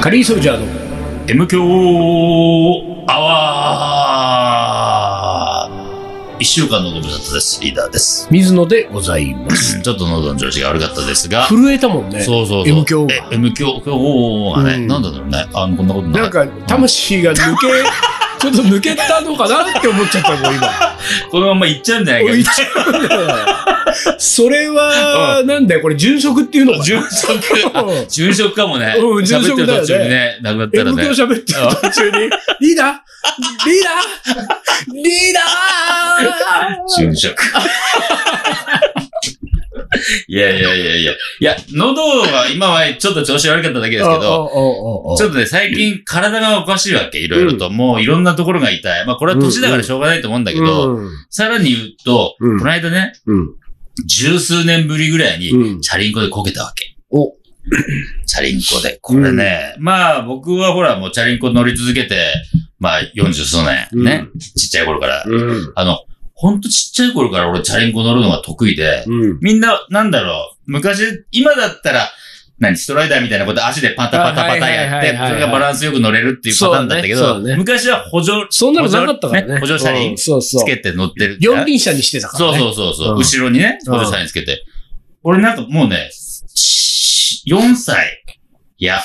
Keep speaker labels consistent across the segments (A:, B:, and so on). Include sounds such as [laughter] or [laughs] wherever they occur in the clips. A: カリーソルジャーの
B: M 強アワー一週間のご無沙汰です。リーダーです。
A: 水野でございます。 [laughs]
B: ちょっと喉の調子が悪かったですが、
A: 震えたもんね。
B: そうそうそう。
A: M 響が
B: え M 強がね、
A: うん
B: なんだろうね。あの、こんなことない。
A: なんか、魂が抜け、ちょっと抜けたのかなって思っちゃったもん、今。
B: [laughs] このままいっちゃうんじゃないか
A: おいちゃうねそれは、なんだよ、これ、殉職っていうのかな。
B: [laughs] 殉職。あ
A: うん
B: 殉職かもね。
A: うん殉職だよね
B: 喋ってる途中にね、亡くなったら
A: M 響
B: ね。
A: 喋ってる途中に、リーダーリーダーリーダー
B: 殉
A: [laughs]
B: 職。いやいやいやいや。いや、喉は今はちょっと調子悪かっただけですけど、
A: ど
B: ちょっとね、最近体がおかしいわけ、いろいろと。もういろんなところが痛い。まあこれは年だからしょうがないと思うんだけど、
A: うん
B: さらに言うと、
A: うん
B: この間ね、
A: うん。
B: 十数年ぶりぐらいに、
A: うん
B: チャリンコでこけたわけ。
A: お
B: チャリンコで。これね、まあ僕はほらもうチャリンコ乗り続けて、まあ40数年
A: うん
B: ね、ちっちゃい頃から。
A: うん。
B: あの、ほんとちっちゃい頃から俺チャリンコ乗るのが得意で、
A: うん。
B: みんな、なんだろう、昔、今だったら、何、ストライダーみたいなこと足でパタパタパタや
A: あは
B: っ
A: いはいはいはい
B: て、
A: はい
B: それがバランスよく乗れるっていうパターンだったけ
A: そうだね
B: ど、
A: そうだね
B: 昔は補助、
A: そんなのなかったからね。
B: 補助車に
A: うんそうそ
B: つ
A: う。
B: けて乗ってる。
A: 四輪車にしてたから
B: そう
A: ね。
B: そうそうそ
A: う
B: う、
A: ん
B: 後ろにね、補助車につけて。俺なんかもうね、4歳、いや、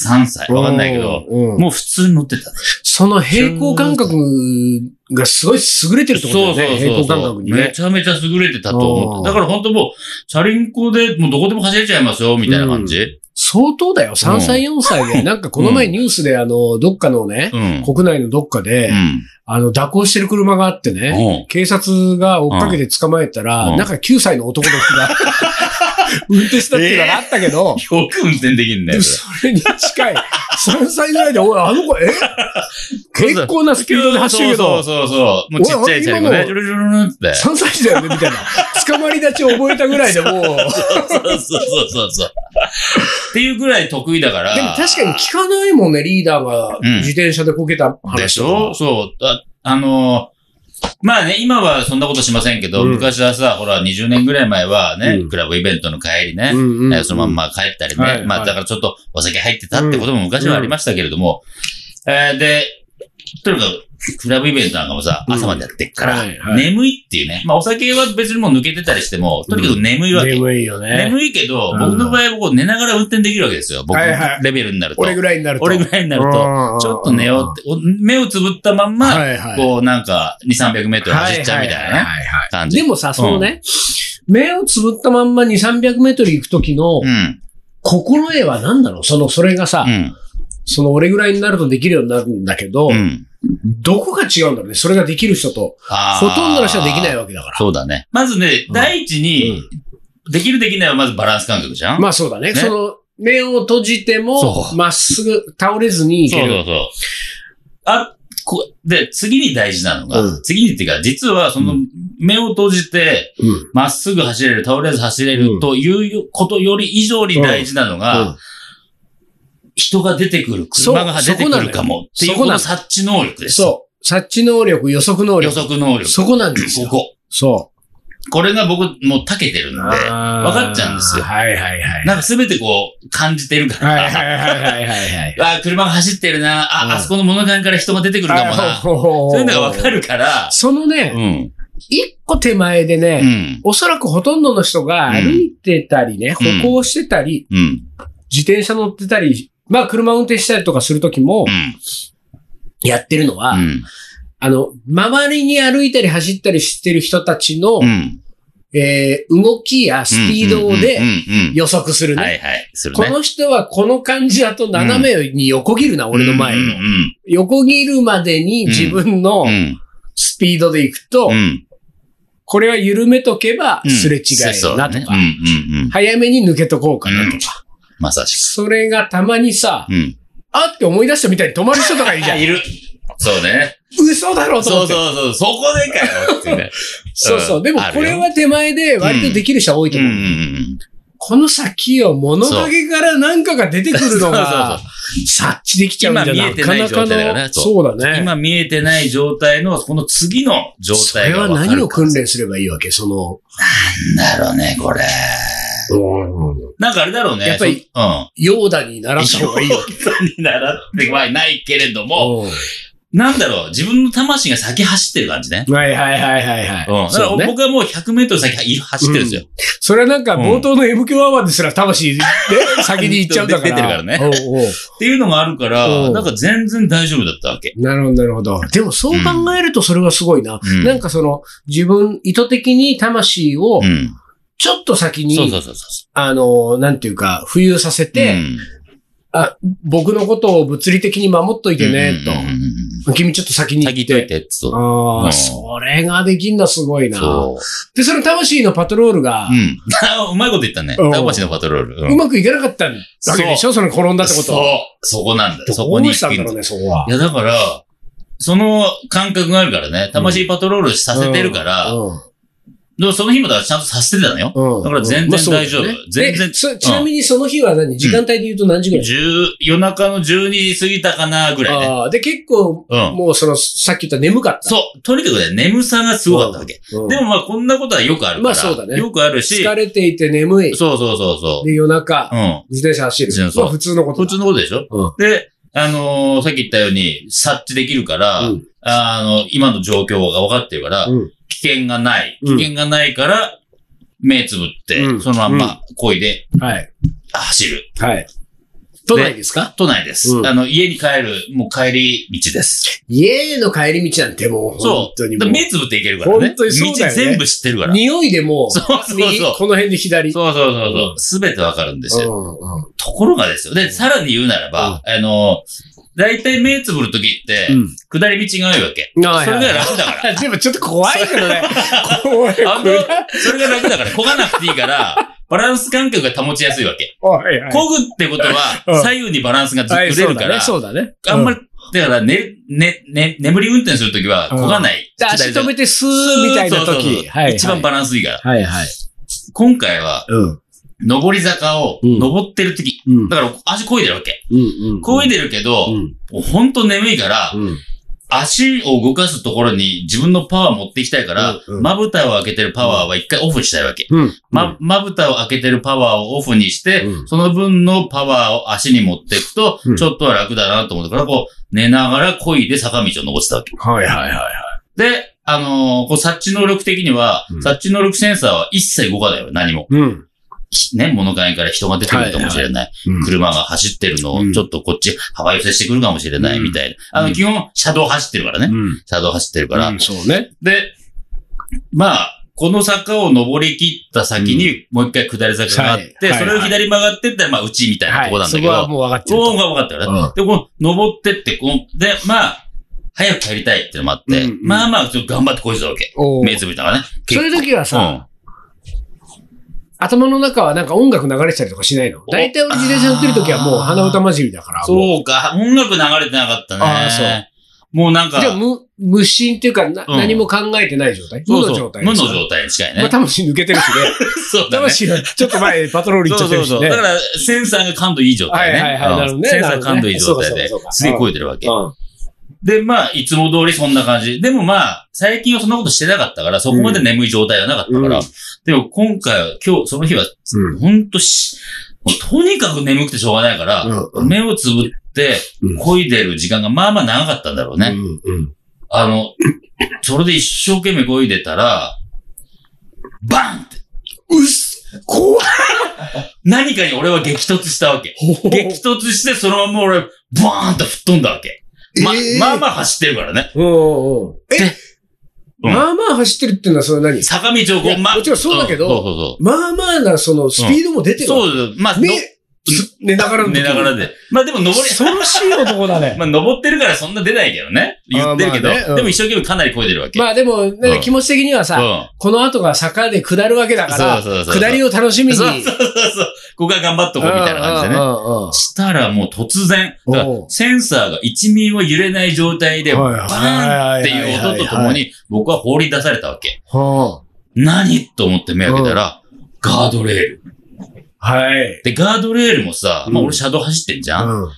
B: 3歳、わかんないけど、
A: うん、うん
B: もう普通に乗ってた。
A: その平行感覚がすごい優れてるってことだよね。平行感覚に
B: め
A: ね。
B: ちゃめちゃ優れてたと思
A: う
B: っ
A: ん
B: た。だから本当もう、チャリンコでもうどこでも走れちゃいますよ、みたいな感じ。
A: 相当だよ。3歳、4歳 [laughs] で。なんかこの前ニュースであの、どっかのね、
B: うん。
A: 国内のどっかで、あの、蛇行してる車があって
B: う
A: ね、
B: ん。
A: 警察が追っかけて捕まえたら、
B: うん
A: なんか9歳の男の子が [laughs] 運転したっていうのがあったけど、
B: よく運転できんね
A: でも。それに近い。3歳ぐらいで、おい、あの子、え結構なスピードで走るけ
B: そう
A: ど、
B: そうそうそう。もうちっちゃいチャリン
A: お
B: コ
A: い
B: ね。
A: おい今の
B: ジュルジュルルンって。
A: 3歳だよねみたいな。捕まり立ちを覚えたぐらいでもう。でも
B: [laughs] そうそうそうそう。っていうぐらい得意だから。
A: 確かに聞かないもんね、リーダーが
B: うん
A: 自転車でこけた話。
B: でしょそう。ああのーまあね、今はそんなことしませんけど、
A: うん
B: 昔はさ、ほら、20年ぐらい前はね、
A: うん
B: クラブイベントの帰りね、
A: うんうん
B: えーそのまんま帰ったりね、
A: はい
B: ま
A: は
B: あ
A: い
B: だからちょっとお酒入ってたってことも昔はありましたけれども、えーで、とにかく、クラブイベントなんかもさ、
A: うん
B: 朝までやってっから、
A: はいはい
B: 眠いっていうね、まあお酒は別にもう抜けてたりしても、とにかく眠いわけ。
A: 眠いよね。
B: 眠いけど、
A: うん
B: 僕の場合はこう寝ながら運転できるわけですよ。僕の
A: はいはい
B: レベルになると。
A: 俺ぐらいになると。
B: 俺ぐらいになると、
A: と
B: ちょっと寝ようって、お目をつぶったまんま、
A: はいはい。
B: こうなんか、2、300メートル走っちゃうみたいなね、
A: ははは
B: 感
A: い
B: じ。
A: でもさ、そのね、目をつぶったまんま2、300メートル行くときの
B: うん。
A: 心得は何なのその、それがさ
B: う、ん。
A: その俺ぐらいになるとできるようになるんだけど
B: う、ん。
A: どこが違うんだろうね。それができる人と。
B: あ
A: ほ
B: ー
A: とんどの人はできないわけだから。
B: そうだね。まずね
A: う、ん
B: 第一に、できるできないはまずバランス感覚じゃん
A: まあそうだね。
B: ね
A: その、目を閉じても
B: そ、
A: まっすぐ倒れずにい
B: そ
A: け
B: うそう
A: る。
B: そう。あ、こで、次に大事なのが、
A: うん
B: 次にっていうか、実はその
A: う
B: 目を閉じて、
A: うん
B: まっすぐ走れる、倒れず走れるということより以上に大事なのが、
A: うん
B: 人が出てくる、
A: そう
B: 車が出てくるかもっていう
A: そこ
B: こ
A: なの
B: の察知能力です。
A: そう。察知能力、予測能
B: 予
A: 力。
B: 測能力。
A: そこなんですよ。
B: ここ。
A: そ
B: これが僕、もう長けてるん
A: う。
B: で、
A: 分
B: わかっちゃうんですよ
A: はいはいはい。
B: なんかすべてこう、感じてるから、
A: はいはいはいはいはいはい。
B: あ車が走ってるな、あ、
A: うん
B: あそこの物館から人が出てくるかもな、そう
A: そ
B: いうのがわか。るから、
A: その
B: う
A: ね、
B: ん。
A: 一個手前で
B: う
A: ね、
B: ん。
A: おそらくほとんどの人が歩いてたりね、
B: うん
A: 歩行してたり、
B: うん。
A: 自転車乗ってたり、まあ車運転したりとかするときも
B: うん。
A: やってるのは
B: う、ん。
A: あの、周りに歩いたり走ったりしてる人たちの、
B: うん。
A: えー動きやスピード
B: うん
A: で
B: うん
A: 予測する
B: うん。は
A: ね。
B: いはい。する
A: こ
B: ね。
A: の人はこの感じだと斜めに横切るな、俺の前を
B: う。ん。
A: 横切るまでに自分の
B: うんうん。
A: スピードで行くと
B: う、ん。
A: これは緩めとけば
B: うん
A: すれ違え
B: そう
A: る
B: だ
A: な
B: ね
A: とか、
B: うん。うん。うん。
A: 早めに抜けとこうかなとか。
B: まさし
A: それがたまにさ
B: く。、うん。
A: あって思い出したみたいに止まる人とかいるじ
B: [laughs]
A: ゃん。
B: いる。そうね。
A: 嘘だろと
B: そ
A: 思
B: う
A: って。
B: そうそう。そこでかよっていうね。
A: そうそう。
B: うん
A: でも
B: ある
A: こ
B: よ
A: れは手前で割とできる人は多いと
B: うんう
A: 思
B: ん
A: う。
B: うん。
A: この先を物陰から何かが出てくるのが
B: そ、
A: 察知できちゃうんじゃ
B: 今
A: な
B: 見えてない
A: なか
B: 状態だ
A: な
B: よ
A: か
B: ね
A: の。そうだね。
B: 今見えてない状態の、この次の状
A: そ
B: 態
A: れ
B: が
A: は
B: わかるから。
A: 何を訓練すればいいわけその、
B: なんだろうね、これ。
A: うん
B: なんかあれだろうね。
A: やっぱり
B: そ、うん。
A: ヨーダに習った方がいいよ。
B: 人に習ってはないけれども、
A: う
B: なんだろう、自分の魂が先走ってる感じね。
A: んはいはいはいはいは
B: うん。
A: い。
B: だから
A: そうね
B: 僕はもう100メートル先走ってるんですよ。
A: それはなんか冒頭の MQ アワーですら魂で先に行っちゃうんだから。
B: 出てるからね
A: おうおう
B: っていうのがあるから
A: う、ん
B: なんか全然大丈夫だったわけ。
A: なるほどなるほど。でもそう考えるとそれはすごいな。
B: うん
A: なんかその自分、意図的に魂を
B: うん。
A: ちょっと先に、
B: そうそうそうそ
A: あの、なんていうか、浮遊させ
B: う。う
A: て、
B: ん
A: 僕のことを物理的に守っといてね、
B: うんうんうん
A: と。君ちょっと先
B: うん
A: に行
B: 先
A: っ
B: 行っとい
A: て。
B: て、そう。
A: ああ、
B: うん
A: それができんな、すごいな。
B: そ
A: で、その魂のパトロールが
B: う。う、ん。 [laughs] あうまいこと言ったね。
A: うん
B: タコパチのパトロール。う
A: うんまくいかなかったわけでしょその転んだってこと
B: そう
A: は。。
B: そこなんだよ。そ
A: ど
B: こ
A: う
B: に。
A: したんだろうね、そこはい
B: や、だから、その感覚があるからね、魂パトロールさせてるから、でもその日もだからちゃんとさせてたのよ。
A: うん。うん
B: だから全然
A: まあそうだよね
B: 大丈夫全然
A: でそちなみにその日は何時間帯で言うと何時ぐらい
B: 十夜中の12時過ぎたかな、ぐらいね。
A: ああ、で、結構、
B: うん。
A: もうその、さっき言った眠かった。
B: そう。とにかくね、眠さがすごかったわけ。
A: うん
B: でもまあ、こんなことはよくあるか
A: ま
B: ら。
A: あそうだね
B: よくあるし。
A: 疲れていて眠い。
B: そうそうそうそ
A: で、夜中
B: う。、う
A: 自転車走
B: 自
A: る。
B: 転車
A: まあ普通のこ
B: ん。
A: と
B: 普
A: だ。
B: 通のことでしょ
A: うん
B: で、あのーさっき言ったように、察知できるから、
A: うん
B: あの、今の状況が分かってるから、
A: うん
B: 危険がない。
A: う
B: 危
A: ん
B: 険がないから、目つぶって、
A: うん
B: そのまんま、恋で
A: はい。
B: あ走る。
A: はい。都内ですか
B: 都内です。
A: うん
B: あの、家に帰る、もう帰り道です。
A: 家への帰り道なんてもう、
B: そ
A: 本
B: う。
A: 当に
B: だ
A: も
B: か
A: う
B: ら目つぶっていけるからね。
A: 本当にそうだよね
B: 道全部知ってるから。
A: 匂いでもう、
B: そうそうそう
A: 右この辺で左。
B: そうそうそうそう。すべてわかるんですよ。
A: うんうん
B: ところがですよ。で、さらに言うならば、あの、だいたい目つぶるときって、下り道が多いわけ。
A: うん
B: それが楽
A: [laughs]
B: だから。
A: あでもちょっと怖いけどね。怖い。
B: あの、それが楽だから、焦がなくていい
A: [laughs]
B: から、バランス感覚が保ちやすいわけ。
A: はいはい
B: 焦ぐってこと
A: う
B: は、
A: ん
B: 左右にバランスがずっ
A: はい
B: と出るから、
A: そうだね。そうだね。
B: あんま
A: り。
B: り、だから、ね、ね、ね、眠り運転するときは、
A: うん
B: 焦がない。
A: で足止めてスーみたいな
B: そうそうそう
A: 時。はいはい
B: 一番バランスいいから。
A: はいはい。
B: 今回は、
A: うん。
B: 上り坂を、
A: うん
B: 登ってるとき、
A: うん。
B: だから、足こいでるわけ。
A: うん。うん。
B: こい
A: で。
B: でるけど、
A: うん。
B: もうほんと眠いから、
A: うん。
B: 足を動かすところに自分のパワー持っていきたいから
A: うんう、ん
B: まぶたを開けてるパワーは一回オフしたいわけ。
A: うん。
B: ま、まぶたを開けてるパワーをオフにして、
A: うん
B: その分のパワーを足に持っていくと
A: うん、
B: ちょっとは楽だなと思ったから、こう、寝ながら恋で坂道を登ってたわけ。
A: はいはいはい。
B: で、あのーこう、察知能力的には、
A: うん
B: 察知能力センサーは一切動かないよ、何も。
A: うん。
B: ひね、物陰から人が出てくるかもしれない。車が走ってるの
A: う
B: を、
A: ん
B: ちょっとこっち、幅寄せしてくるかもしれない、みたいな。あ
A: う
B: の、
A: ん
B: 基本、車道走ってるからね。
A: うん。
B: 車道走ってるから。
A: うんそうね。
B: で、まあ、この坂を登り切った先に、もう一回下り坂があっ
A: はい
B: て、
A: はい
B: それを左曲がってったら、まあ、うちみたいなとこなんだ
A: そ
B: け
A: こ
B: ど、
A: はもう分かってる
B: そ
A: と。
B: こが分かったからね。
A: うん
B: で、こう、登ってって、こう、で、まあ、早く帰りたいってのもあって、
A: うんうん
B: まあまあ、ちょっと頑張ってこいつだわけ。
A: おー
B: 目つぶったからね。
A: そういう時は
B: う
A: さ、
B: ん。
A: 頭の中はなんか音楽流れてたりとかしないの
B: お
A: 大体俺自転車乗ってる時はもう鼻歌混じりだから。もう
B: そうか、音楽流れてなかったね。
A: あーそう
B: もうなんか、
A: じゃあ無、無心っていうかな、
B: うん
A: 何も考えてない状態
B: そう
A: 無
B: そう
A: の状態
B: 無
A: です
B: の
A: よ。
B: 状態に近い
A: まあ
B: ね。
A: 魂抜けてるしね。
B: [laughs] そうだね。
A: 魂はちょっと前パトロール行っち
B: そ
A: ゃ
B: う
A: って
B: そ
A: る
B: う
A: し
B: そう。
A: ね。
B: だから、センサーが感度いい状態ね。
A: はいはいはい
B: うん
A: なるほどね
B: センサー感度いい状態で
A: そうかそうかそう、か
B: すげえ超えてるわけ。
A: うん
B: で、まあ、いつも通りそんな感じ。でもまあ、最近はそんなことしてなかったから、そこまで眠い状態はなかったから。
A: うん
B: でも今回は、今日、その日は、
A: うん
B: ほんとし、もうとにかく眠くてしょうがないから、
A: うんうん
B: 目をつぶって
A: うん、
B: 漕いでる時間がまあまあ長かったんだろうね。
A: うんうん
B: あの、それで一生懸命漕いでたら、バンって、
A: うっす怖い
B: 何かに俺は激突したわけ。激突して、そのまま俺、バーンと吹っ飛んだわけ。ま、
A: えー
B: まあまあ走ってるからね。
A: うんうんえ
B: うん
A: まあまあ走ってるっていうのはそれ何
B: 坂道を
A: い
B: こ
A: や
B: う、ま、
A: もちろんそうだけど
B: んそうそうそう。
A: まあまあな、その、スピードも出てるわ。
B: そうです。まあ、
A: ね
B: の
A: す寝ながらの時
B: 寝ながらで。まあでも登り、
A: 恐ろしい男だね。
B: まあ登ってるからそんな出ないけどね。言ってるけど。
A: あーまあねうん
B: でも一生懸命かなり超えてるわけ。
A: まあでも、なん
B: う
A: か
B: ん
A: 気持ち的にはさ、
B: うん。
A: この後が坂で下るわけだから、
B: そうそうそうそう
A: 下りを楽しみに。
B: そうそうそうそう。ここは頑張っとこうみたいな感じで
A: うん
B: ね。
A: うんうん
B: したらもう突然、だから
A: おう
B: センサーが1ミリも揺れない状態で、
A: はい
B: バーンっていう
A: はいはいはい
B: 音とともに僕は放り出されたわけ。
A: は
B: 何と思って目を開けたら、ガードレール。
A: あはい。
B: で、ガードレールもさ、まあ
A: うん
B: 俺車道走ってんじゃん。
A: う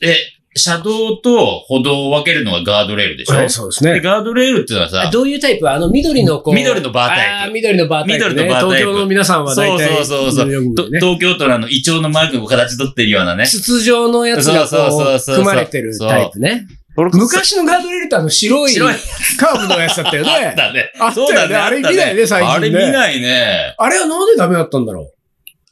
B: で、車道と歩道を分けるのがガードレールでしょ、
C: はいそうです
B: で
C: ね。
B: ガードレールっていうのは
A: あ
B: さ、
A: どういうタイプあの、緑のこう。
B: 緑のバータイプ
A: あー緑のバータイプ、ね。
B: 緑のバータイプ
A: 東京の皆さんは
B: そ
A: 大
B: う
A: 体。
B: そうそうそう、
C: 緑の
B: と
C: ね
B: 東京都のあの、イチョウのマークの形取ってるようなね。
A: 筒状のやつが
B: そうそう
A: こ
B: そう
A: う、
B: そう
A: 組まれてるタイプね。昔のガードレールってあの白い
B: 白い
A: カーブのやつだったよ
B: あっ
A: ね。
B: たね。
C: あったよね
B: そうだね。
C: あれ
B: った
C: 見ないね最近ね
B: あれ見ないね。
C: あれはなんでダメだったんだろ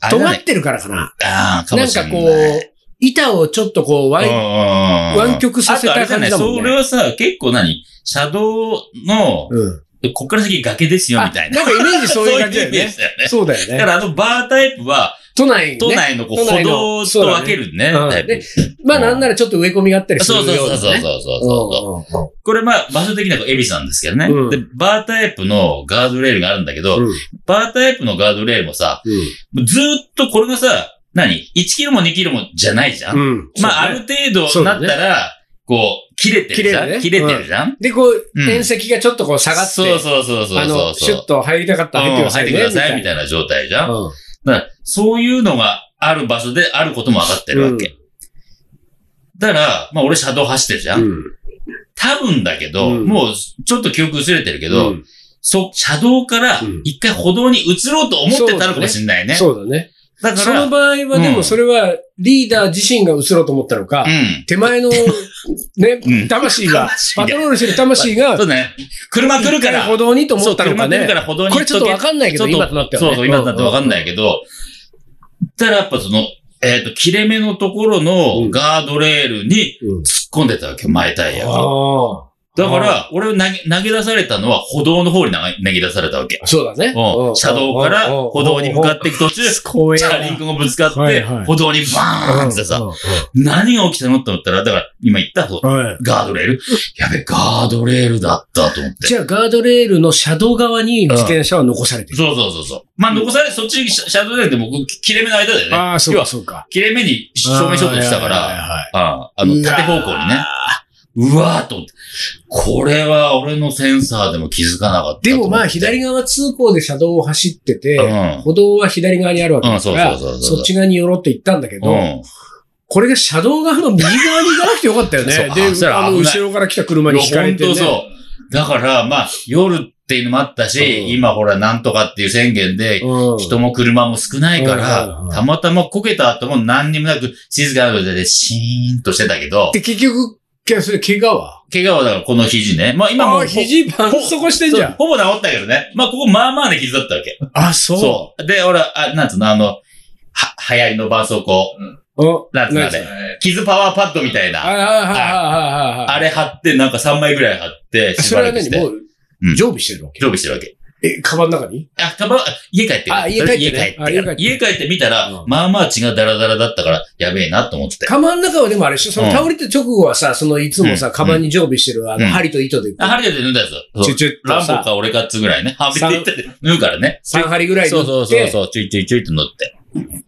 B: あ
A: 止
B: れだ
A: ま
B: ね
A: ってるからかな。
B: あーか
A: な
B: も
A: ん
B: しれ
A: か
B: ない。
A: こう、板をちょっとこう、
B: うんうん
A: 湾
B: うん、
A: 湾曲さ
B: あ
A: せ
B: とあ
A: た
B: れじゃ
A: 感
B: ない、
A: じだも
B: そ
A: ん
B: れ
A: ね。
B: はさ、結構何車道の、
C: うん。
B: こっから先崖ですよ、
A: あ
B: みたいな。
A: なんかイメージそういう感じだよ
B: [laughs] イメー
A: ね
B: ジ。だよね。
C: そうだよ
B: だか
C: ね。
B: らあのバータイプは、
A: 都内にね。
B: 都内のこう
A: 都
B: 歩
A: 内の
B: 道と分けるね、
A: うん
B: タイプ
A: で。まあなんならちょっと植え込みがあったりする
B: そ
A: よ
B: う
A: う
B: そ
A: な、
B: う
A: ね。
B: そうそうそうそう。
C: うんうんうん
B: これまあ場所的にはこう恵比寿なんですけどね、
C: うん
B: で、バータイプのガードレールがあるんだけど、
C: うん
B: バータイプのガードレールもさ、ずーっとこれがさ、何 ?1 キロも2キロもじゃないじゃん、
C: うん。うん。
B: まあある程度なったら、こう、切れてるじゃん切
C: 切
B: れ
C: れる
B: て
C: ね
B: るじゃん、
A: で、こう、
B: うん
A: 縁石がちょっとこう下がって、
B: そうそうそうそうそう。
A: あの、シュッと入りたかったら入ってください、ね。
B: うん入ってくださいみたいな状態じゃん。
C: うん
B: だからそういうのがある場所であることも分かってるわけ。だから、まあ俺車道走ってるじゃん。
C: うん。
B: 多分だけど、
C: うん
B: もうちょっと記憶薄れてるけど、
C: うん
B: そ、車道から
C: うん
B: 一回歩道に移ろうと思ってたのかもしれないね。
C: そうだね。
B: だか
A: そ
B: ら、う
A: の場合は、でもそれはリーダー自身が移ろうと思ったのか、
B: ん。
A: 手前の、
B: う
A: ね
B: ん、
A: 魂が、
B: 魂が
A: パトロールしてる魂
B: そう
A: が、
B: だね。車来るから、
A: 歩道にと思
B: そう、
A: ったのか
B: 車来るか
A: ね。
B: ら歩道に
A: こ
B: 行っ
A: れちょ
B: と
A: っと
B: け
A: わかんないけ
B: ちょ
A: ど、
B: っと
A: 今となってはね。
B: そうそう、今となってわかんないけど、ただやっぱその、えっ、と、切れ目のところ
C: う
B: の
C: ん
B: ガードレールに
C: うん
B: 突っ込んでたわけ、前タイヤが。
C: あ
B: だから、俺を投げ投げ出されたのは歩道の方に投げ投げ出されたわけ。
C: あ。そうだね。
B: うん。車道から歩道に向かっていく途中、チ
C: 公
B: ャーリンコがぶつかっ
C: は
B: て
C: いは、い
B: 歩道にバーンってさ、何が起きたのって思ったら、だから、今言った、そう
C: はい。
B: ガードレールやべ、ガードレールだったと思って。
A: じゃあ、ガードレールの車道側に自転車は残されてる。
B: そうそうそうそう。まあ、残され、そっち、シャシャドウレールで僕、切れ目の間だよね。
C: ああ、そう
B: 要
C: か、
B: は、
C: そうか。
B: 切れ目に正面衝突したか
C: はい
B: ら、
C: はいはい
B: ああの、
A: うわー
B: 縦方向にね。うわーと思って。これは俺のセンサーでも気づかなかったと
A: で
B: 思って。
A: もまあ、左側通行で車道を走ってて、
B: うん。
A: 歩道は左側にあるわけだか
B: う
A: ら、
B: んそうそうそうそう
A: そっち側に寄ろうって言ったんだけ
B: う
A: ど、
B: ん。
A: これが車道側の右側に行かなくてよかったよね。
B: そうあそ
C: で、
B: したら
C: あの、
B: 危ない
C: 後ろから来た車に
B: い
C: 引
B: や
C: かれ
B: 本
C: て、ね。
B: 当そう。だから、まあ、夜っていうのもあったし、
C: うん
B: 今ほら、なんとかっていう宣言で、
C: うん。
B: 人も車も少ないから、
C: うんうんうん
B: たまたまこけた後も何にもなく、静かなので、シーンとしてたけど、
C: で、結局、けそれ怪我は
B: 怪我はだからこの肘ね。まあ今も
C: あ
B: う
C: ー肘パンそこしてん
B: そ
C: じ
B: う
C: ゃん。
B: ほぼ治ったけどね。まあ、ここ、まあまあね、傷だったわけ。
C: あ、そ
B: そう。で、俺は、あ、なんつうの、あの、は、流行りの絆創膏。
C: う。うん。
B: なんつうの、あ
C: 何
B: れ。傷パワーパッドみたい
C: あ
B: な。
C: あ、はいはいはいはい
B: あれ貼って、なんか3枚ぐらい貼って、し
C: そ
B: ば
C: れは
B: らくし
C: 何
B: て
C: も、う
B: うん、
C: 常備してるわけ
B: 常備してるわけ。
C: え、カバンの中に
B: あ、かば、家帰って。
C: あ家帰ってね
B: 家帰ってから。
C: あ家帰って
B: 家帰って見たら
C: う、ん
B: まあまあ血がダラダラだったから、やべえなと思って。
A: カバンの中はでもあれでしょそ
B: うん
A: の倒れて直後はさ、そのいつも
B: う
A: さ、
B: ん
A: カバンに常備してるあの
B: うん
A: 針と糸で、
B: あ、針で縫ったやつ。そ
C: チ
B: う
C: ュチュッ
B: ラ
C: と
B: ン
C: さ、
B: ボか俺かっつぐらいね。はめていったで縫うからね。
A: 3針ぐらい
B: そう
A: 縫
B: そう
A: っ
B: そう
A: て、
B: そう、ちょいちょいちょいと縫って。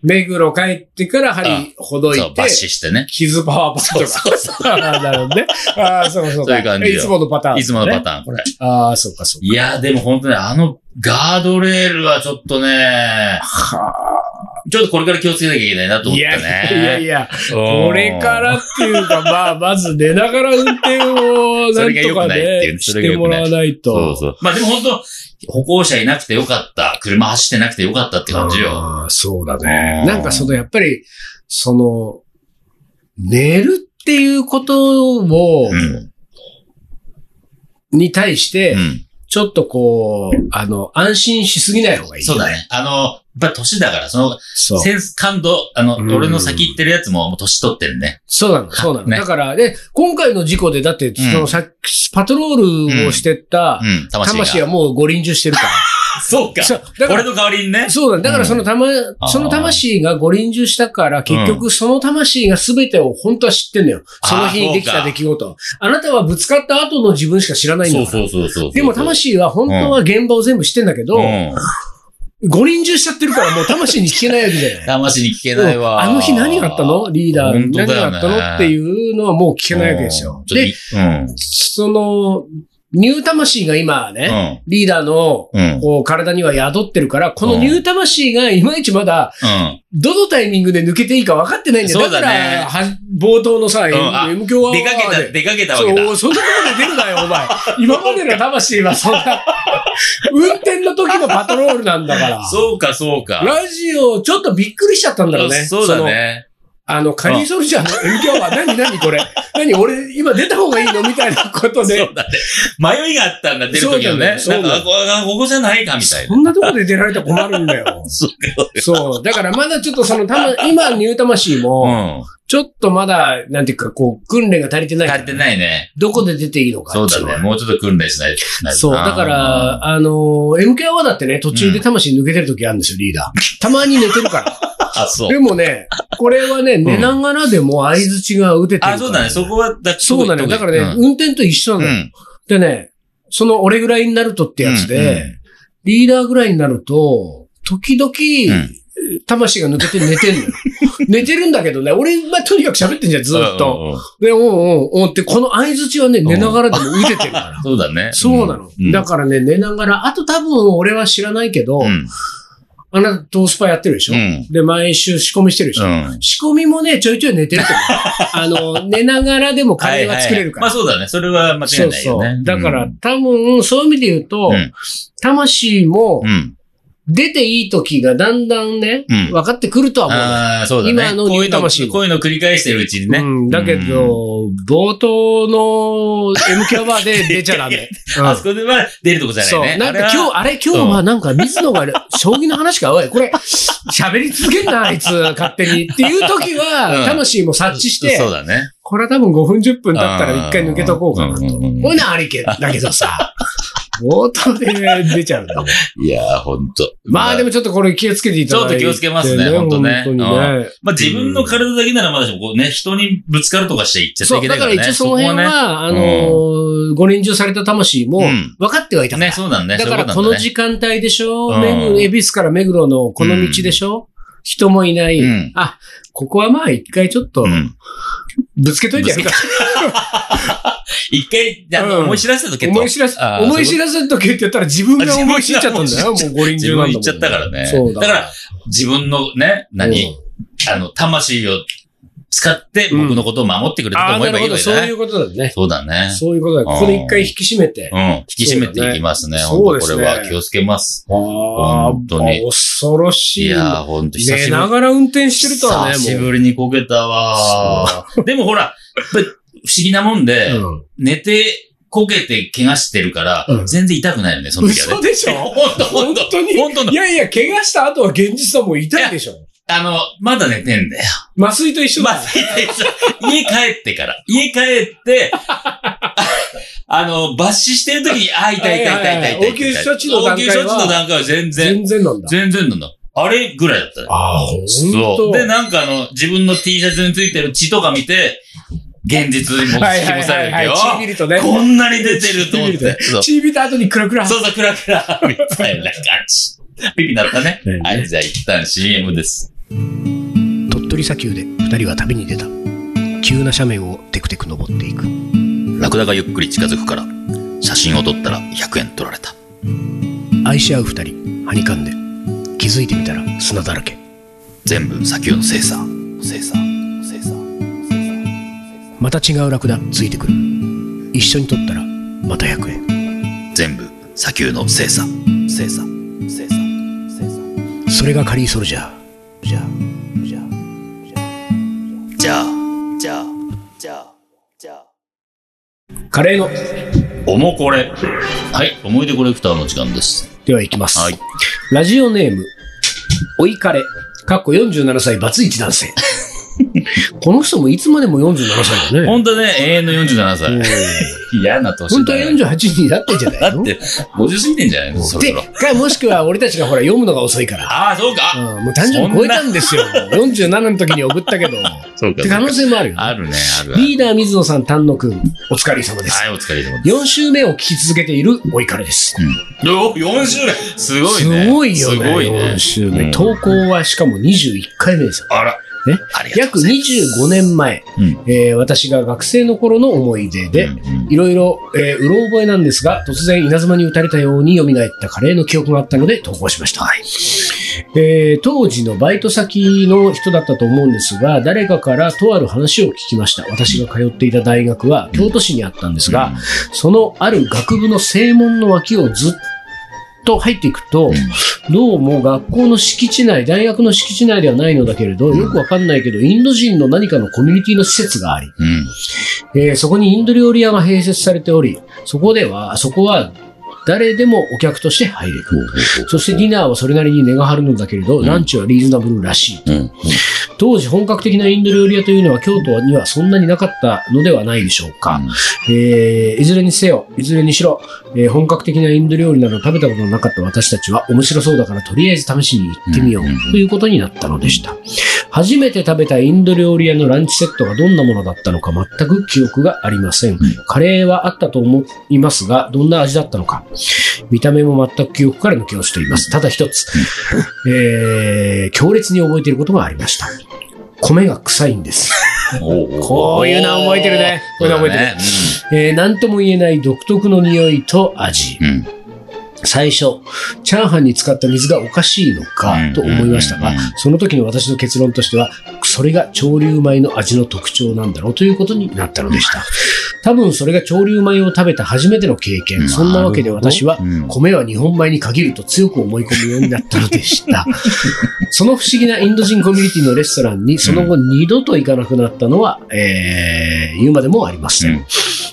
A: 目黒帰ってから針ほどい
B: そう、
A: て
B: バッ、シュしてね。
A: 傷パワーパッド
B: そうそう
A: [laughs] が。なるほどね。ああ、そうかそうか。
B: そういう感じよ
A: いつものパターン。
B: いつものパターン、これ。
A: ターン。ああ、そうかそうか。
B: いや、でも本当ね、あのガードレールはちょっとね、ちょっとこれから気をつけなきゃいけないなと思
A: い
B: った
A: や
B: ね
A: い。やいや、
B: うん
A: これからっていうか、ま
B: [laughs]
A: あ、まず寝ながら運転を、
B: そ
A: な
B: れが
A: ん
B: 良
A: と
B: く
A: か
B: ないっていう
A: ね、
B: そ
A: し
B: れが
A: て
B: 良く
A: も
B: な
A: ら
B: い
A: わない
B: そう
A: と。
B: そう。まあでも本当、歩行者いなくてよかった。車走ってなくてよかったって感じよ。
C: あーそうだ
B: うん
C: ね。
A: なんかその、やっぱり、その、寝るっていうことを
B: う、ん。
A: に対して
B: う、ん。
A: ちょっとこう、あの、安心しすぎない方がいい。
B: そうだ。ね。あの、やっぱ年だから、その、
A: そう。
B: センス感度、あの、
C: うん
B: 俺の先行ってるやつももう年取ってるね。
A: そうなの、そうなの。
B: ね
A: だから、で、今回の事故で、だって、その、さパトロールをしてった、
B: うん、魂が。
A: 魂はもう五輪中してるから。
B: そうか。
A: そう、だから
B: 俺、の代わりにね。
A: そうなんだ。だからそのたま、その魂が五輪中したから、結局その魂が全てを本当は知ってんだよ。その日
B: あー
A: にでき
B: そう
A: た
B: か
A: 出来事。あなたはぶつかった後の自分しか知らないんだ
B: そ
A: か
B: う
A: ら。
B: そうそうそう。
A: でも魂は本当は現場を全部知ってんだけど、
B: うん、
A: 五輪中しちゃってるからもう魂に聞けないわけじ
B: [laughs]
A: ゃない。
B: 魂に聞けないわ。
A: あの日何があったのリーダー
B: 本
A: に
B: 当だよ
A: 何があ
B: ね
A: ったのっていうのはもう聞けないわけですよ。
B: うん
A: で、
B: ちょっというん。
A: その、ニュー魂が今ね、リーダーの、
B: うん。うん。
A: こう、体には宿ってるから、このニュー魂がいまいちまだ、
B: うん。
A: どのタイミングで抜けていいか分かってないんだよ。
B: そうだ
A: だか
B: ね
A: ら、は冒頭のさ、M
B: あ
A: M 響は。
B: 出かけた、出かけたわけだ。
A: そう、そんなことで出るなよ、お前。今までの魂はそんな、運転の時のパトロールなんだから。
B: [laughs] そうか、そうか。
A: ラジオ、ちょっとびっくりしちゃったんだろうね。
B: そうだね。
A: その。あの、カニソルジャーの M 響は、何何これ。何俺、今出た方がいいのみたいなことで
B: [laughs] そ。うだね。迷いがあったんだ、出る時のね。
A: そ
B: な
A: うんだよそうだよ
B: か、あこあここじゃないか、みたいな。
A: そんなとこで出られたら困るんだ
B: [laughs]
A: よ。そう。だからまだちょっとその、たま、今、ニュー魂も、
B: うん。
A: ちょっとまだ、なんていうか、こう、訓練が足りてない。
B: 足りてないね。
A: どこで出ていいのか
B: そう
A: ってい
B: だ
A: のは
B: ね。もうちょっと訓練しないとな
A: そう、だから、、あのー、MK アワーだってね、途中で魂抜けてる時あるんですよ、リーダー。たまに寝てるから。
B: [laughs] あ、 [laughs] そう。
A: でもね、これはね、寝ながらでも相づちが打ててるから、
B: あ、そうだね。そこは、だ
A: そうなのよ。だからね、
B: うん
A: 運転と一緒な
B: う
A: のよ、
B: ん。
A: でね、その俺ぐらいになるとってやつで、
B: うん
A: リーダーぐらいになると、時々、
B: うん
A: 魂が抜けて寝てんのよ。
B: [laughs]
A: 寝てるんだけどね、俺、まあ、とにかく喋ってんじゃん、ずーっと。
B: うんうんうん
A: で、おんおんおんって、この相づちはね、寝ながらでも打ててるから。
B: [laughs] そうだね。
A: そうなの。
B: ん
A: だからね、寝ながら、あと多分俺は知らないけど、
B: うん。
A: あなたトースパやってるでしょ、
B: うん
A: で、毎週仕込みしてるでしょ、
B: うん
A: 仕込みもね、ちょいちょい寝てる
B: [laughs]
A: と思う。あの、寝ながらでもカレーは作れるから。
B: はいはいまあそうだね。それは間違いないよ
A: そうそ
B: ね
A: う。。だから、
B: うん
A: 多分、そういう意味で言うと、
B: うん
A: 魂も
B: うん。
A: 出ていい時がだんだんね、
B: うん
A: 分かってくるとは思う。
B: ああ、そうだね。
A: 今の
B: こういうの、
A: 魂
B: こういうの繰り返してるうちにね。
A: うん、だけ
B: うん、
A: ど、冒頭の M キャバで出ちゃダメ。うん
B: [laughs] あそこでは出るとこじゃない
A: そう。
B: ね。
A: なんか
B: あれ
A: 今
B: は
A: 日、あれ今日はなんか水野があれ、将棋の話か、おい、これ、喋り続けんな、あいつ、勝手に。っていう時
B: うん
A: は、魂も察知して、
B: そうだね。
A: これは多分5分10分経ったら一回抜けとこうかなと。
B: うんうんうんうん
A: ほな、ありけ、だけどさ、冒頭で出ちゃうん
B: [laughs]
A: だもん。
B: いやー、ほんと。
A: まあでもちょっとこれ気をつけていただいて、
B: ちょっと気をつけますねほんとね
A: 本当にね。
B: まあ自分の体だけならまだしも、こうね、人にぶつかるとかしていっちゃって
A: そ、
B: いうけ
A: だ
B: ない
A: か
B: かららね。
A: 一応その辺
B: こ
A: は、あのー、ご臨終された魂も
B: うん
A: 分かってはいた
B: は
A: から
B: ね。ね、そうなんね。
A: だから
B: そ
A: こ
B: ういう
A: の
B: と
A: 時間帯でしょ、
B: うん
A: 目黒恵比寿から目黒のこの道でしょ、人もいない。
B: うん
A: あ、ここはまあ一回ちょっと
B: なんだねうん。
A: ぶつけといてやるか。
B: 一回、あの
A: うん
B: 思い知らせた時と
A: 思い知らせ
B: あ、ー
A: 思い知らせとけって言ったら自分が思い知っちゃったんだよ。もう五輪
B: 自
A: 中な
B: 分
A: んだもん。
B: 言っちゃったからね。
A: そうだ
B: だから、自分のね、何、
A: うん
B: あの、魂を使って僕のことを守ってくれたと
A: ああ、
B: 思え
A: な
B: ば
A: る
B: い
A: ほ
B: い
A: ど。
B: わけ
A: そう
B: だ
A: い
B: ね。
A: うことだね。
B: そうだね。
A: そういうことだ。
B: うん
A: ここで一回引き締めて
B: う。ん。引き締めていきますね。
A: そう
B: 本
A: だね
B: 当
A: そ
B: こ
A: うですね
B: れは気をつけます。
A: ああ
B: 本当に
A: 恐ろし
B: い
A: い。
B: やー、ほんと久しぶ
A: 寝
B: り。
A: ながら運転してるとはね、もう。
B: 久しぶりにこけたわー。でもほら、やっぱり不思議なもんで、
A: うん
B: 寝て、こけて怪我してるから、
A: うん
B: 全然痛くないよね、その時は
A: 嘘
B: ね。
A: でしょ
B: 本当 [laughs] 本
A: 本
B: 当
A: 当に
B: 本当の
A: いやいや、怪我した後は現実はもう痛いでしょ。
B: あの、まだ寝てんだよ。
A: 麻酔と一緒
B: ま
A: だ。
B: あ、大体さ家帰ってから。家帰って、あの、抜歯してる時に、あ、痛い痛い痛い痛い痛い痛い。
A: 応急処置の段階は
B: 応急処置の段階は全然、
A: 全然なんだ。
B: 全然なんだ。あれぐらいだったね。
A: ああ、ほん
B: そう。
A: と。
B: で、なんかあの、自分の T シャツについてる血とか見て、現実にもう
A: はい
B: 引き
A: はい
B: 戻さ
A: は
B: れ
A: い
B: て
A: はい。
B: よ。
A: ちびるとね。
B: こんなに出てると思っ
A: ちびる
B: て。そう
A: ちびた後にクラクラ。
B: そうそう、クラクラ、みたいな感じ。ピピなったね。
A: ね
B: はい、じゃあ一旦 CM です。
A: 鳥取砂丘で二人は旅に出た。急な斜面をテクテク登っていく。
B: ラクダがゆっくり近づくから写真を撮ったら100円取られた
A: 愛し合う二人、はにかんで。気づいてみたら砂だらけ。
B: 全部砂丘の精査精査精査
A: また違うラクダついてくる。一緒に撮ったら、また100円。
B: 全部砂丘の精査精査精査精査
A: それがカリーソルジャー。じゃあ、じゃあ。
B: じゃあじゃあじゃあじゃあ
A: カレーの。
B: おもこれはい思い出コレクターの時間です
A: では行きます。
B: はい
A: ラジオネーム、おいかれ、かっこ47歳、バツイチ男
B: [laughs]
A: 性。この人もいつまでも47歳だね。
B: 本当ね永遠の47歳嫌な年
A: 本当
B: だ
A: は
B: ね
A: 48になってんじゃない
B: だ
A: の
B: って50過ぎてんじゃないのそろそろ
A: で、か、もしくは俺たちがほら読むのが遅いから。
B: ああそうか
A: うん、もう誕生日超えたんですよ。47の時に送った
B: [laughs]
A: けど。っ
B: そうか
A: て可能性もあるよ、
B: あるねあるある
A: リーダー水野さん、丹野くん、お疲れ様です。
B: はいお疲れ様です
A: 4週目を聞き続けているおいかれです。
B: お4週目すごいね。
A: すごいよね。
B: すごいね
A: 4週
B: う
A: 目。
B: ん
A: 投稿はしかも21回目ですよ。
B: あら、
A: ね
B: ありがとう
A: 約
B: ございます。
A: 25年前、
B: うん
A: えー私が学生の頃の思い出で、
B: うん
A: いろいろ、えーうろ覚えなんですが、突然稲妻に打たれたように蘇ったカレーの記憶があったので投稿しました。えー当時のバイト先の人だったと思うんですが、誰かからとある話を聞きました。私が通っていた大学は京都市にあったんですが、、そのある学部の正門の脇をずっと入っていくと、どうも学校の敷地内、大学の敷地内ではないのだけれど、よくわかんないけど、インド人の何かのコミュニティの施設があり、
B: うんうん
A: えーそこにインド料理屋が併設されており、そこでは、そこは誰でもお客として入れる。そしてディナーはそれなりに値が張るのだけれど、
B: うん
A: ランチはリーズナブルらしい。
B: うんうん
A: 当時本格的なインド料理屋というのは京都にはそんなになかったのではないでしょうか。えーいずれにせよ、いずれにしろ、えー本格的なインド料理など食べたことのなかった私たちは面白そうだからとりあえず試しに行ってみよ
B: うんうんうん
A: うということになったのでした。初めて食べたインド料理屋のランチセットがどんなものだったのか全く記憶がありません。カレーはあったと思いますが、どんな味だったのか。見た目も全く記憶から抜け落ちています。ただ一つ、えー強烈に覚えていることがありました。米が臭いんです。こういうのは覚えてるねこういうのは覚えてる
B: る。
A: えー、何とも言えない独特の匂いと味。
B: うんうん
A: 最初、チャーハンに使った水がおかしいのか
B: うん
A: と思いましたが
B: うんうんうん、
A: その時の私の結論としては、それが潮流米の味の特徴なんだろうということになったので
B: [laughs]
A: した。多分それが潮流米を食べた初めての経
B: な
A: 験。
B: るほ
A: そ
B: ど
A: んなわけで私は、
B: うん
A: 米は日本米に限ると強く思い込むようになったので
B: [laughs]
A: した。その不思議なインド人コミュニティのレストランに、その後二度と行かなくなったのは、えー、言うまでもありません。
B: うん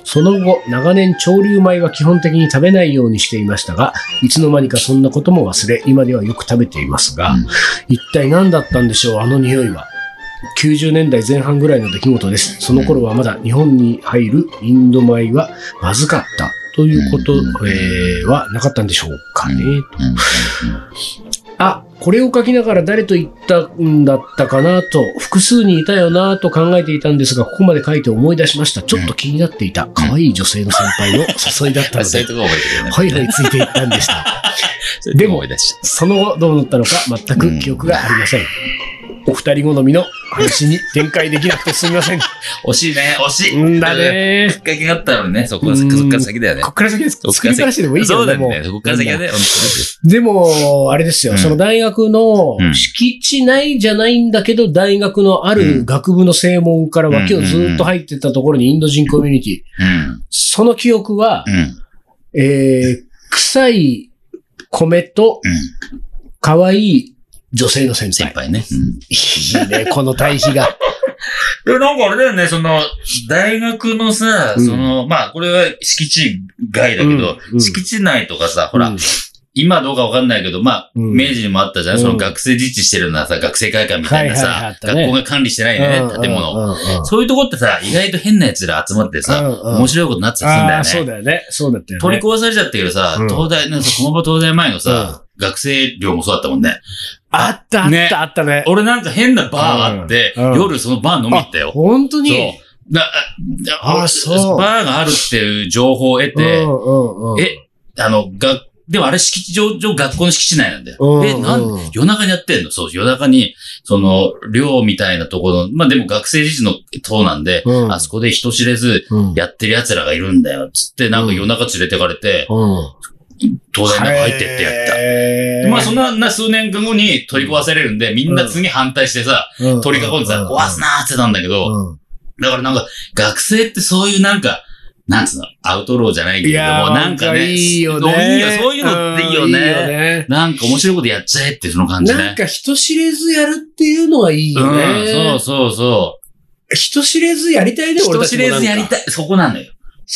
A: その後、長年潮流米は基本的に食べないようにしていましたが、いつの間にかそんなことも忘れ、今ではよく食べていますが、
B: うん
A: 一体何だったんでしょう、あの匂いは。90年代前半ぐらいの出来事です。その頃はまだ日本に入るインド米はまずかったということ、
B: うん
A: えーはなかったんでしょうかね。
B: うん
A: あ、これを書きながら誰と言ったんだったかなと、複数にいたよなと考えていたんですが、ここまで書いて思い出しました。ちょっと気になっていた、可愛い女性の先輩の誘いだったの
B: [laughs] そうい
A: で
B: う、とこ覚えてるよね。
A: はいはいついていったんでした。
B: そういうとこ思い出し
A: その後どうなったのか全く記憶がありません。お二人好みの話に展開できなくてすみません。
B: た。惜しいね、惜しい。
A: んだ。ね
B: きっかけがあったのにね、そこは、
A: う
B: そ
A: ん
B: こから先だよね
A: こ。っから先です
B: こ。っ
A: 作
B: から先
A: り話でもいいけ
B: そ
A: ど
B: うだ
A: ね、
B: よ
A: も
B: ね。そこから先は
A: う。
B: ね、本
A: でも、あれですよ、
B: うん
A: その大学の
B: うん
A: 敷地内じゃないんだけど、大学のあ
B: うん
A: る学部の正門から脇をずっと入ってったところにインド人コミュニティ。
B: 当に
A: その記憶は、
B: うん。うん。
A: えー、臭い米と
B: うん。
A: 可愛い女性の先
B: 先
A: 輩。
B: [laughs] 輩ね。
A: いいね、この対比が。
B: でもなんかあれだよね、その、大学のさ、
A: うん
B: その、まあ、これは敷地外だけど、
A: うんうん
B: 敷地内とかさ、 [laughs] ほら、
A: うん
B: 今どうかわかんないけど、まあ、
A: うん
B: 明治にもあったじゃん、
A: うん
B: その学生自治してるのはさ、学生会館みたいな
A: はいはいはいあ
B: さ
A: っ、たね
B: 学校が管理してないよね、建物を。
A: うんうんうんうん
B: そういうとこってさ、意外と変な奴ら集まってさ、
A: うんうん
B: 面白いことになってたりするんだよ
A: あーそ
B: ね。
A: うだよね。そうだったよ
B: 取
A: ね
B: り。壊されちゃったけどさ、
A: うん
B: 東大、なんかさ、駒場東大前のさ、学生寮もそうだったもんね。
A: あった、あっ
B: ね
A: た、あったね。
B: 俺なんか変なバーあって、
A: うんうん
B: 夜そのバー飲み行ったよ。
A: 本当
B: そう
A: に。
B: だあ
A: あ
B: あ
A: そう
B: バーがあるっていう情報を得て、
A: うんうんうん
B: え、あの、が、でもあれ敷地上、上学校の敷地内なんだよ。
A: うん
B: え、なん
A: うん、
B: 夜中にやってんのそう、夜中に、その、寮みたいなところの、まあでも学生自治の塔なんで、
A: うん
B: あそこで人知れず、
A: うん
B: やってる奴らがいるんだよ、つって、なんか夜中連れてかれて、
A: うん。
B: 東大の中入ってってやった。
A: や
B: まあそんなな数年間後に取り壊されるんで、みんな次反対してさ、
A: の
B: 取り囲んでさ、壊すなーってたんだけど、だからなんか、学生ってそういうなんか、なんつうの、アウトローじゃないけ
A: い
B: れども、
A: やー、
B: なんかね、
A: いいよ
B: そういいよ
A: ね。
B: そういうのっていいよ
A: うんいいよ
B: ね。
A: ね。
B: なんか面白いことやっちゃえってその感じね。
A: なんか人知れずやるっていうのはいいよ
B: う
A: ね
B: ん、。そうそうそ。
A: 人知れずやりたいうね、俺
B: 人
A: たち
B: 知
A: も
B: れずやり
A: い。
B: たい。そこなのよ。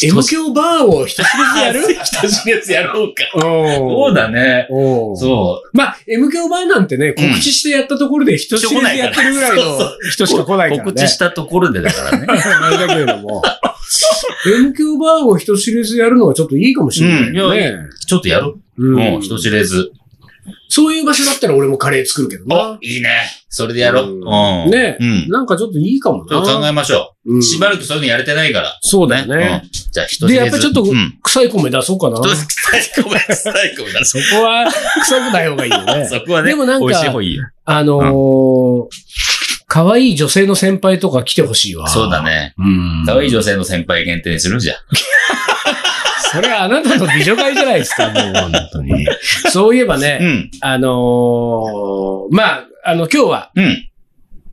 A: M 響バーを人知れずやる
B: [laughs] 人知れずやろうか。
A: そ
B: そうだね。
A: おう
B: そ
A: まあ、M 響版なんてね、告知してやったところで人知れずやってるぐらいの人しか来な
B: う。
A: いからね。
B: 告知したところでだか
A: [laughs]
B: らね。
A: あれだけれども。M 響版を人知れずやるのはちょっといいかもしれないよね。
B: ちょっとやろう。
A: う
B: もう人知れず。
A: そういう場所だったら俺もカレー作るけど
B: お
A: な、。
B: いいね。それでやろう。
A: うん
B: うん。
A: ね
B: うん。
A: なんかちょっといいかも
B: ちょっと考
A: な。
B: えましょ
A: う
B: う。
A: ん
B: しばらくそういうのやれてないから。
A: そうだよね。
B: うん。じゃあ人知
A: で
B: れず。
A: やっぱりちょっと
B: うん。
A: 臭い米出そうかな。
B: どう臭い米、臭い米だ。そ
A: そこは臭くない方がいいよね。
B: [laughs] そこはね、
A: でもなんか
B: 美味しい方いいよ。
A: あのー可愛い女性の先輩とか来てほしいわ。
B: そうだ。ね。
A: うん。
B: 可愛い女性の先輩限定にするじゃん。
A: それはあなたの美女会じゃないですか、もう本当
B: [laughs]
A: に。そういえば
B: う
A: ね、
B: ん。
A: あのーまあ、あの、今日は、
B: うん。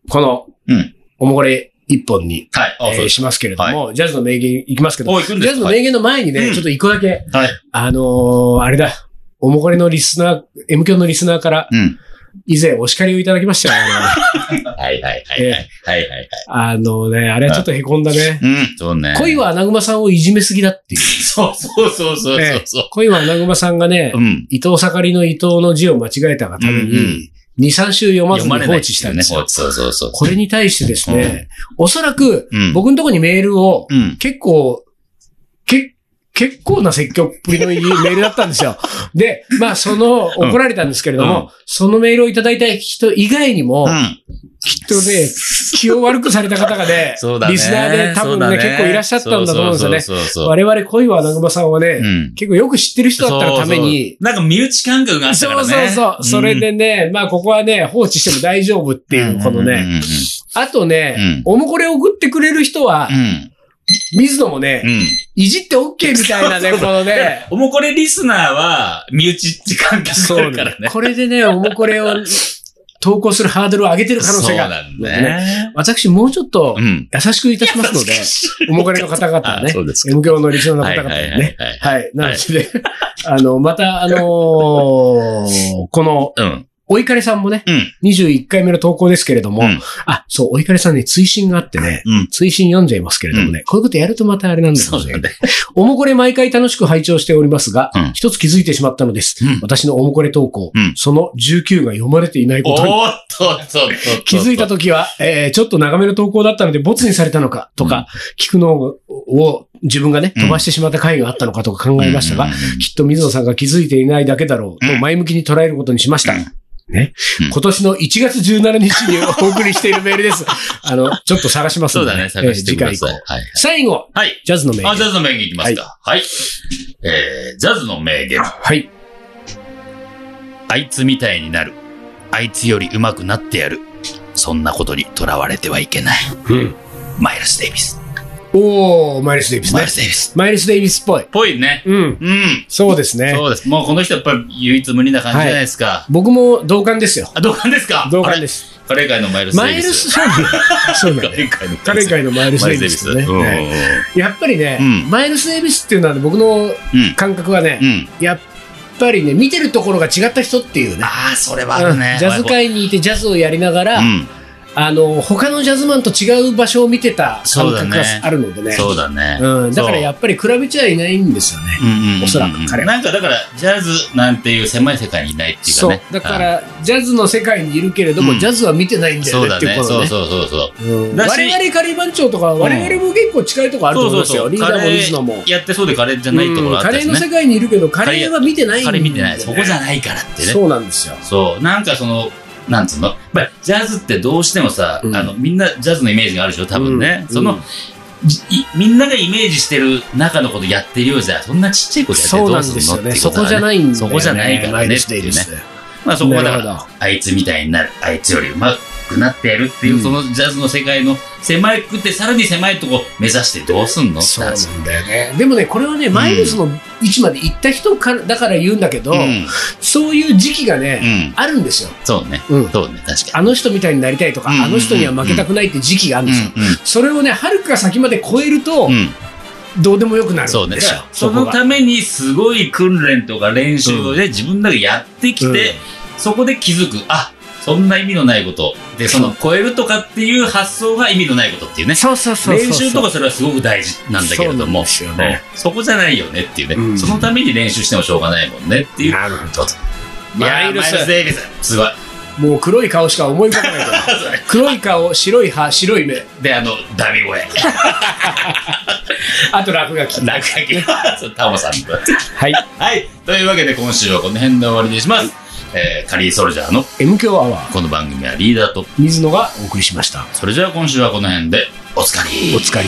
A: この、
B: うん
A: おもこれ一本に、
B: はい。あ、
A: えー
B: そうです。
A: しますけれども、ジャズの名言いきますけど、
B: お、行くん
A: ジャ
B: です
A: ズ
B: か
A: の
B: はい。
A: 名言の前にね、
B: うん
A: ちょっと一個だけ、
B: はい
A: あのーあれだ、おもこれのリスナー、M 教のリスナーから、
B: うん。
A: 以前お叱りをいただきま
B: [laughs]
A: したよ、ね。
B: はいはいはいはい。はいはいはい。
A: あのね、あれはちょっと凹んだね。
B: うん。そうね。
A: 恋は穴熊さんをいじめすぎだっていう。
B: そうそうそうそうそうそ
A: 恋は穴熊さんがね
B: う。、うん。
A: 伊藤盛りの伊藤の字を間違えたがため
B: うんうん
A: に、2、3週読まず
B: 読
A: に
B: まれ
A: 放
B: ない
A: 置したんです
B: よ
A: よ
B: ね。。そうそうそう。
A: これに対してですね、おそらく
B: うん。
A: 僕のところにメールを
B: うん。
A: 結構、け、結構な積極っぷりのいいメールだったん
B: [laughs]
A: ですよ。で、まあその、
B: うん
A: 怒られたんですけれど
B: うん
A: も、そのメールをいただいた人以外にも
B: う、ん。、
A: きっとね、気を悪くされた方がね
B: [laughs] そうだね。
A: リスナーで多分ね結構いらっしゃったんだと思うんですよね。
B: そうそうそうそう。
A: 我々恋は穴熊さんはね、
B: うん。
A: 結構よく知ってる人だったがために、
B: そうそう。なんか身内感覚があった
A: そ
B: か
A: う
B: らね。
A: そうそう。それでね、まあここはね、放置しても大丈夫って
B: うん、
A: いうう、
B: ん
A: このね。。あとね、おもこれ送ってくれる人は
B: うん。う、ん。
A: 水野も
B: うん
A: ね、
B: うん
A: いじって OK みたいなね、
B: そう
A: このね。
B: おもこれリスナーは、身内って感覚す
A: そう
B: る
A: ね
B: からね。
A: これでね、おもこれを投稿するハードルを上げてる可能性
B: そう
A: が。
B: なんだね。
A: 私もうちょっと
B: うん。
A: 優しくいたしますので、おもこれの方々は
B: あ
A: ね、
B: そうですか。
A: M 教のリスナーの
B: は
A: 方
B: いは
A: 々
B: いはい
A: に
B: はい
A: ね。
B: はい。
A: はい。なので、 [laughs] あの、また、あのーこの、
B: うん。
A: お怒りさんもね、
B: うん。
A: 21回目の投稿ですけれども、
B: うん
A: あ、そう、お怒りさんね、追伸があってね、
B: うん。
A: 追伸読んじゃいますけれどもね、こういうことやるとまたあれなんです
B: そ
A: よ
B: う
A: ね。
B: だね。
A: おもこれ毎回楽しく拝聴しておりますが
B: うん、
A: 一、つ気づいてしまったのです。
B: うん
A: 私のおもこれ投稿、
B: うん
A: その19が読まれていない
B: お
A: ことに。
B: ーっとっとっとっと。
A: 気づいた時は、えーちょっと長めの投稿だったので、ボツにされたのかとか、聞くのをを自分がね、
B: うん
A: 飛ばしてしまった回があったのかとか考えましたが、
B: うんうんうん
A: きっと水野さんが気づいていないだけだろう
B: う
A: と
B: ん
A: 前向きに捉えることにしました
B: うん。
A: ね
B: うん。
A: 今年の1月17日にお送りしているメール
B: [laughs]
A: です。あの、ちょっと探します
B: そ
A: の
B: う
A: で。
B: だね。探してくださ
A: えー次回
B: い。
A: 以降
B: はい。
A: 最後、
B: はい。
A: ジャズのメー
B: あ、ジ
A: ル。
B: ャズの名言いきますか。はい。えー、ジャズの名言。
A: はい。
B: あいつみたいになる。あいつより上手くなってやる。そんなことにとらわれてはいけない。
A: うん
B: マイルス・デイビス。
A: おー、マイルス・デイビス
B: マイ
A: ね
B: ル。ス・デイビス。
A: マイルス・デイビスっぽい。
B: ぽいね。
A: うん。
B: うん。
A: そうですね。
B: そうです。もうこの人やっぱり唯一無二な感じじゃないですか。
A: 僕も同感ですよ。
B: あ、同感ですか
A: 同感
B: で
A: です。
B: カレー界のマイルス・
A: マ
B: デイ
A: イ
B: ビ
A: ルス・。
B: ス
A: そう
B: [laughs]
A: なんだそうなんだ
B: レー界の
A: カレン界のマイルス・
B: マイ
A: デイ
B: ル
A: ビ
B: ス・
A: ス
B: デイビ
A: ね。
B: ス。
A: ねやっぱりね
B: うん、
A: マイルス・デイビスっていうのはね僕の
B: うん
A: 感覚は
B: うん。う
A: ね、
B: ん。
A: やっぱりね、見てるところが違った人っていうね。
B: ああ、それはあるね
A: う。んジャズ界にいてジャズをやりながら、
B: うん。
A: あの他のジャズマンと違う場所を見てた
B: そ
A: 感
B: うだ
A: 覚
B: ね
A: があるのでね
B: そうだね。
A: うん、だからやっぱり比べちゃいないんですよね。
B: うんうんうんうん
A: おそらく彼は
B: なんかだから、ジャズなんていう狭い世界にいないっていうか
A: そう
B: ね。
A: だからジャズの世界にいるけれども、
B: うん
A: ジャズは見てないん
B: うん、
A: だ
B: そ
A: よ
B: う
A: ね
B: だ
A: ってい
B: ね。
A: うこと
B: そう
A: ね。
B: そうそうそう。
A: うん
B: だし
A: 我々カリー番長とか我々も結構近いところあると思うんですよ、
B: そうそう
A: リー
B: そう
A: ダーも水野も。
B: やってそうでカレーじゃないところあ
A: うん
B: っ
A: カ
B: たり
A: レ
B: し
A: ーの
B: ね。
A: 世界にいるけどカレーは見てないんだ
B: カ
A: よね
B: レー見てない。そこじゃないからってね。そう。
A: そうなんですよ。
B: なんかその、なんつうのやっぱりジャズってどうしてもさ、
A: うん
B: あの、みんなジャズのイメージがあるでしょ多分ね。
A: うん
B: その、じいみんながイメージしてる中のことやってるようじゃ、そんなちっちゃいことやってど
A: そうな
B: うん
A: です
B: す
A: よ
B: んのっ
A: ね。
B: ていう
A: そ
B: こと
A: こ
B: だ
A: じゃ
B: ね。
A: ないんだよね。
B: そこじゃないからね
A: マイルスデイビス
B: まあそこはだから
A: なるほど
B: あいつみたいになる、あいつより上手くなってやるっていう、
A: うん
B: そのジャズの世界の狭くて、さらに狭いとこ目指してどうすんの
A: そう
B: っ
A: な
B: て話
A: んだよね。でもね、これはね、
B: ん
A: マイルスの位置まで行った人からだから言うんだけど、
B: うん。
A: そういう時期が
B: う
A: ね、
B: ん。
A: あるんですよ。
B: そうね。
A: うん
B: そうね、確か
A: あの人みたいになりたいとか、
B: うん
A: あの人には負けたくないって時期があるん
B: に。
A: ですよ。それをね、はるか先まで超えると
B: うん。う、ん。
A: どうでもよくなる
B: そうんね
A: ですよ。。
B: そ
A: こ
B: の
A: が
B: ためにすごい訓練とか練習で自分だけやってきて、そこで気づく、あ、そんな意味のないこと。で、その超えるとかっていう発想が意味のないことっていうね。
A: そうそうそうそう。
B: 練習とかそれはすごく大事なんだけれ
A: そう
B: ども、
A: なんですよね
B: そこじゃないよねっていうね、
A: うん
B: そのために練習してもしょうがないもんねっていう。
A: なるほど。
B: いや
A: マ
B: ー
A: イルス
B: マイルス・デイビス、すごい。
A: もう黒い顔しか思い浮かばないから。
B: [laughs]
A: 黒い顔、白い歯、白い目、
B: で、あの、ダミ声、
A: あと落書き。
B: 落書
A: [laughs]
B: き、そうタモさんと。
A: はい。
B: はい。というわけで今週はこの辺で終わりにします。えーカリーソルジャーの
A: M 強アワー、
B: この番組はリーダーと、
A: 水野がお送りしました。
B: それじゃあ今週はこの辺でおつかり。
A: お疲れ。